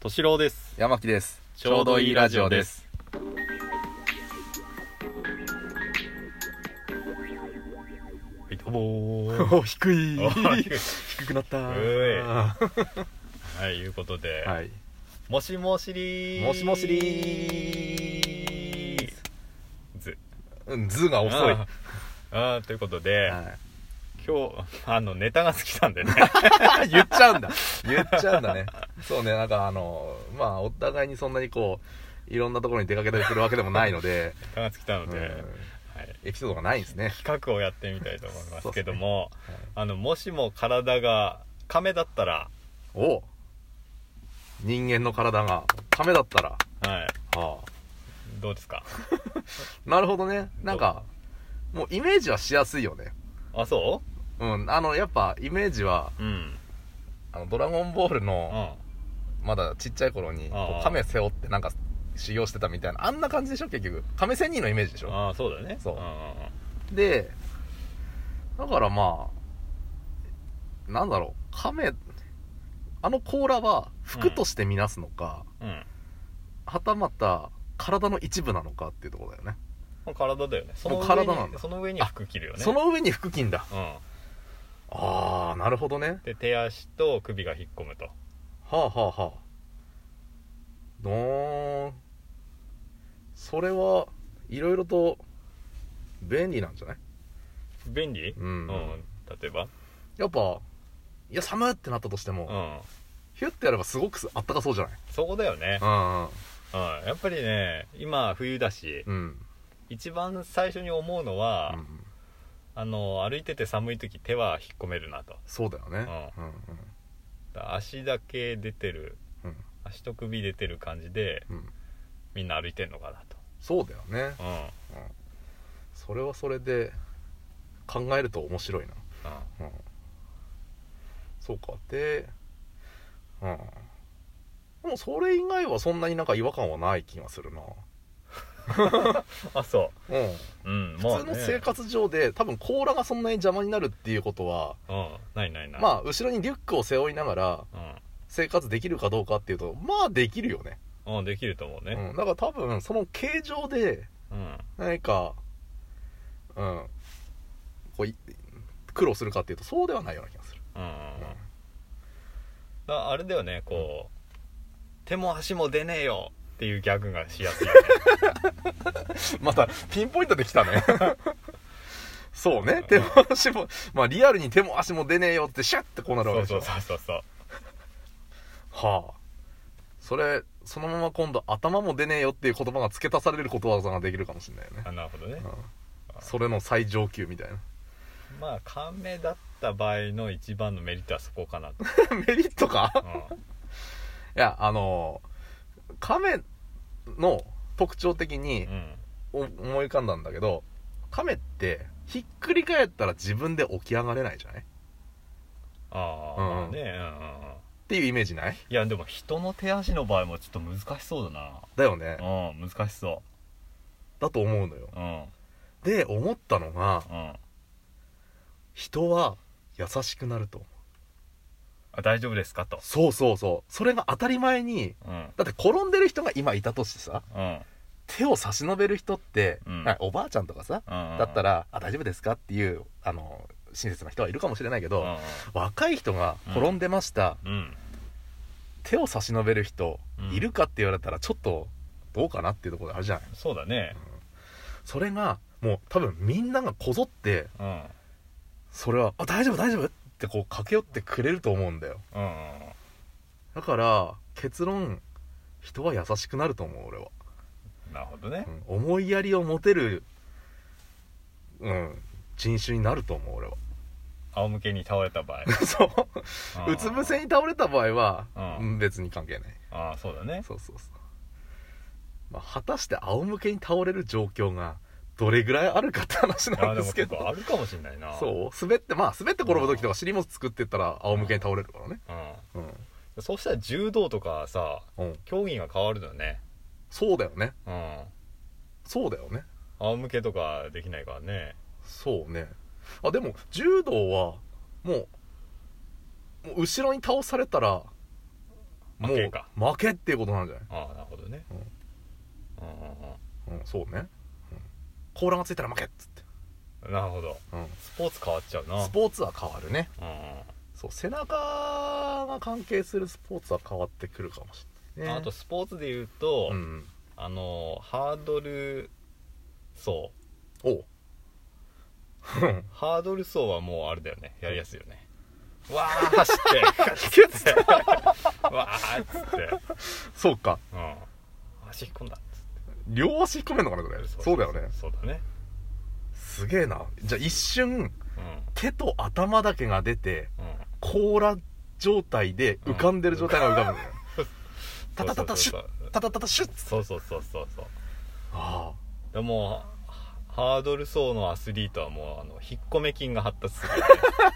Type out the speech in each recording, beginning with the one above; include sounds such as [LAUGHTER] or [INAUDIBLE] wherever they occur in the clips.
敏郎です山木ですちょうどいいラジオですはいどうもーお低いお [LAUGHS] 低い低くなったういはいいうことで、はいもしもしりーもしもしりーずうん図が遅いあーあーということで、は今日あのネタが好きなんで [LAUGHS] ねい [LAUGHS] 言っちゃうんだ言っちゃうんだねそうねなんかあのまあお互いにそんなにこういろんなところに出かけたりするわけでもないので、ネタが好きなのうんで、はい、エピソードがないんですね企画をやってみたいと思いますけども、そうっすねあのもしも体が亀だったらお人間の体が亀だったらはいああどうですかなるほどねなんかもうイメージはしやすいよねあそうんあのやっぱイメージはううんあのドラゴンボールうのんまだちっちゃい頃にこああう亀背負ってなんか修行してたみたいなあんな感じでしょ結局亀仙人のイメージでしょああそうだねそうんんんでだからまあなんだろう亀あの甲羅は服として見なすのか、うんはたまた体の一部なのかっていうところだよねまあ体だよねそのもう上体なんにだその上に服着るよねその上に腹筋だうんああなるほどねで手足と首が引っ込むとはあはあはあどーんそれはいろいろと便利なんじゃない便利うん例えばやっぱいや寒ってなったとしても、うんヒュッてやればすごくあったかそうじゃないそこだよねううんやっぱりね今冬だしんうん一番最初に思うのはうんあの歩いてて寒い時手は引っ込めるなとそうだよねうん足だけ出てるうん足と首出てる感じでうんうんみんな歩いてんのかなそうだよねとうんうんそれはそれで考えると面白いなうんそうかでうんでもそれ以外はそんなになんか違和感はない気がするなあそうんううんまあ普通ねの生活上で多分甲羅がそんなに邪魔になるっていうことはうんないないないまあ後ろにリュックを背負いながらあ生活できるかどうかっていうとまあできるよねうんうんできると思うねうん、だから多分その形状でうん何かうんこうい苦労するかっていうとそうではないような気がする、うんうんうんうんだあれだよねこう、手も足も出ねえよっていうギャグがしやすいよまたピンポイントでき [LAUGHS] たねそうね手も足もまあリアルに手も足も出ねえよってシャッてこうなるわけねで [LAUGHS] しそょうそうそうそうはあそれそのまま今度頭も出ねえよっていう言葉が付け足されることわざができるかもしれないよね、あなるほどねうんそれの最上級みたいまあカメだった場合の一番のメリットはそこかな [LAUGHS] と、な [LAUGHS] メリットかういやあのー亀の特徴的にんうん、お思い浮かんだんだけど亀ってひっくり返ったら自分で起き上がれないじゃないっああ、うんまあねうんうんうんていうイメージないいやでも人の手足の場合もちょっと難しそうだだよねなうん難しそだと思うのよううんで思ったのがうん人は優しくなると思うあ大丈夫ですかとそうそうそうそれが当たり前にうんだって転んでる人が今いたとしてさうん手を差し伸べる人って、うんはいおばあちゃんとかさうんだっらたら「あ大丈夫ですか?」っていうあの親切な人はいるかもしれないけうど、ん若い人が転んでました、うん手を差し伸べる人うんいるかって言われたらちょっとどうかなっていうところであるじゃないそうだねそれがもう多分みんながこぞってうんうんそれは「あ大丈夫大丈夫」ってこう駆け寄ってくれると思うんだようんうんだから結論人は優しくなると思う俺は、なるほどねうん思いやりを持てるうん人種になると思う俺は [LAUGHS] 仰向けに倒れた場合そう [LAUGHS] ううつ伏せに倒れた場合はううんん別に関係ないああそうだねそうそうそう、まあ、果たして仰向けに倒れる状況がどれぐらいあるかって話あなあでんでもすけ結構どあるかもしれないなそう滑ってまあ滑って転ぶ時とか尻も作ってったら仰向けに倒れるからねう、うんん、そうしたら柔道とかさうん、競技が変わるのよねそうだよねうんそうだよね仰向けとかできないからねそうねあでも柔道はもうもう後ろに倒されたらも負けかう負けっていうことなんじゃない、ああなるほどねうんうんうん、そうね、うん、甲羅がついたら負けっつって、うんなるほどうん、スポーツ変わっちゃうなスポーツは変わるねうんそう背中が関係するスポーツは変わってくるかもしれないねあとスポーツで言うと、うんあのハードル走おうハードル走はもうあれだよねやりやすいよねわー走って秘 [LAUGHS] 訣わーっつって、そうかうん、足引っ込んだっつって両足引っ込めんのかなそれそうだよねそうだねすげえなじゃあ一瞬う手と頭だけが出てんうん甲羅状態で浮かんでる状態が浮かぶのよ、タタタタシュッタタタタシュッそうそうそうそうそうあでもうハードル走のアスリートはもうあの引っ込め筋が発達する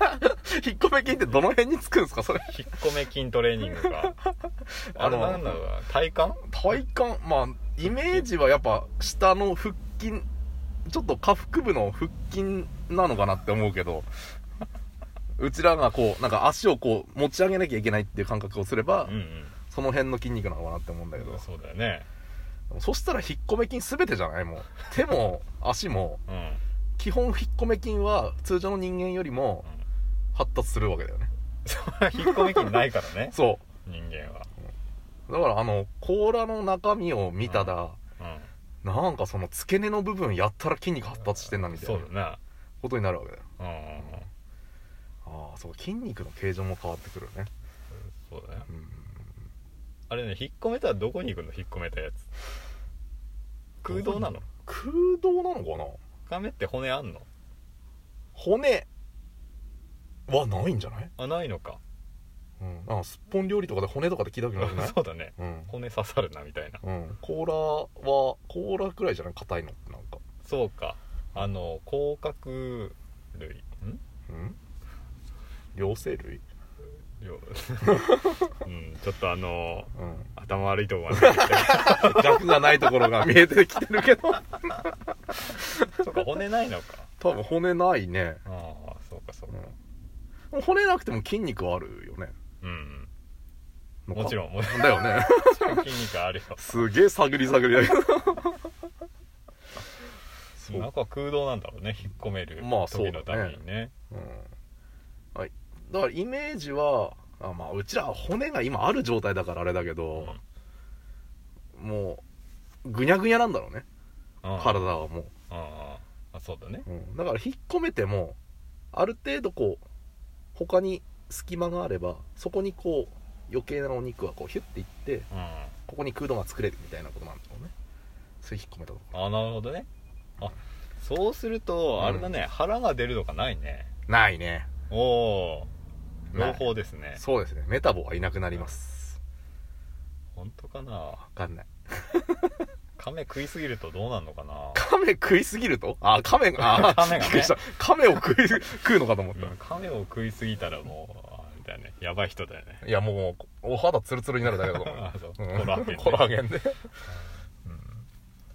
あ引っ込め筋ってどの辺につくんですかそれ引っ込め筋トレーニングがあれ [LAUGHS] あのなんだろうな体幹体幹まあイメージはやっぱ下の腹筋ちょっと下腹部の腹筋なのかなって思うけど [LAUGHS] うちらがこうなんか足をこう持ち上げなきゃいけないっていう感覚をすれば、うんその辺の筋肉なのかなって思うんだけうどん、そうだよねそしたら引っ込め筋全てじゃないもう手も足もうん、 [LAUGHS] うん基本引っ込め筋は通常の人間よりも発達するわけだよねそれは引っ込め筋ないからねそ人間はうだからあの甲羅の中身を見たら、なんかその付け根の部分やったら筋肉発達してんなうんみたいそなうだことになるわけだよなうんうんうんああそう筋肉の形状も変わってくるねそうだねうんあれね引っ込めたらどこに行くの引っ込めたやつ空洞なの空洞なのかなカメって骨あんの骨はないんじゃない、あないのかうん、なんかすっぽん料理とかで骨とかで聞いたことな [LAUGHS] くな [LAUGHS] いそうだねうん、骨刺さるなみたいなうん、甲羅は甲羅くらいじゃない硬いのってなんかそうかあの甲殻類んうん両生類 [LAUGHS] ようんちょっとあのうん頭悪いとこが出てきた額がないところが見えてきてるけどそうか骨ないのか [LAUGHS] 多分骨ないね、ああそうかそううかん、でも骨なくても筋肉はあるよねうんもちんろんもちだよ [LAUGHS] ねろん筋肉あるよすげえ探り探りだけどそう中空洞なんだろうね引っ込めるまあそう時だねのためにね,、うんはい、だからイメージはあまあうちらは骨が今ある状態だからあれだけど、もうぐにゃぐにゃなんだろうね、うん体はもうんうんあそうだねう、うんだから引っ込めてもある程度こう他に隙間があればそこにこう余計なお肉はこうヒュッていってうんここに空洞が作れるみたいなことなんだろうねそれ引っ込めたとこあなるほどねあそうするとあれだね、腹が出るとかないねないねおおない朗報ですねそうですねメタボはいなくなります本当かなわかんない亀食いすぎるとどうなんのかな亀食いすぎるとあ亀があ亀がねびっくりした亀を食い [LAUGHS] 食うのかと思った、うん亀を食いすぎたらもうあれだよねやばい人だよねいやもうお肌ツルツルになるだけだと思う [LAUGHS] あそううんコラーゲンねコラーゲンで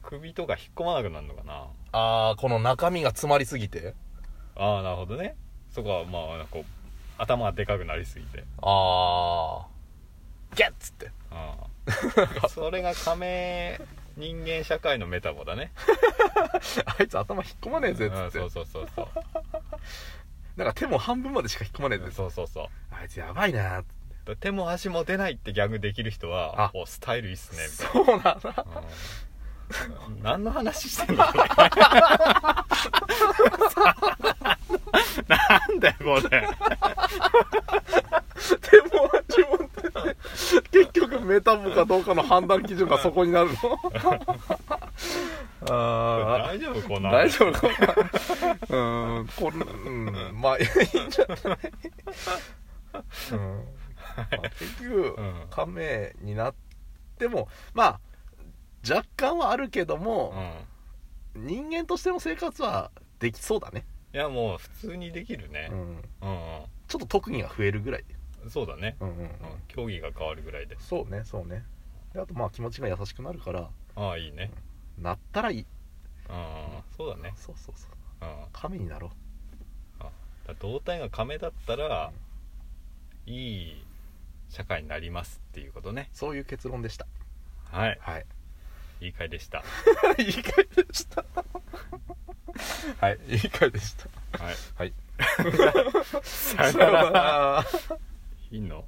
首とか引っ込まなくなるのかなああこの中身が詰まりすぎてああなるほどねそこはまあなんかこう頭がでかくなりすぎてああゲッつってあ [LAUGHS] あそれが亀人間社会のメタボだねあいつ頭引っ込まねえぜっつうんってそうそうそうそうなんか手も半分までしか引っ込まねえぜっつってそうそうそうあいつやばいなーってだから手も足も出ないってギャグできる人はあおスタイルいいっすねみたいそうなんだな、うん [LAUGHS] 何の話してん [LAUGHS] のこれなんだよこれ手も足もって結局メタボかどうかの判断基準がそこに [LAUGHS] なるのああ大丈夫こんな大丈夫かなうーんこれうんまあいいんじゃない、うんまあ結局うんカメになってもまあ若干はあるけど夫うも、ん人間としての生活はできそうだね、いやもう普通にできるねう、うん、ん、ちょっと特技が増えるぐらいで、うんそうだね、うんうんうんうん、競技が変わるぐらいでそうねそうねであとまあ気持ちが優しくなるからああいいねなったらいいうんそうだねそうそうそううん亀になろうだから胴体が亀だったらいい社会になりますっていうことねそういう結論でしたはいはいいい回でしたいい回でしたはいいい回でしたはいはいさよならいいの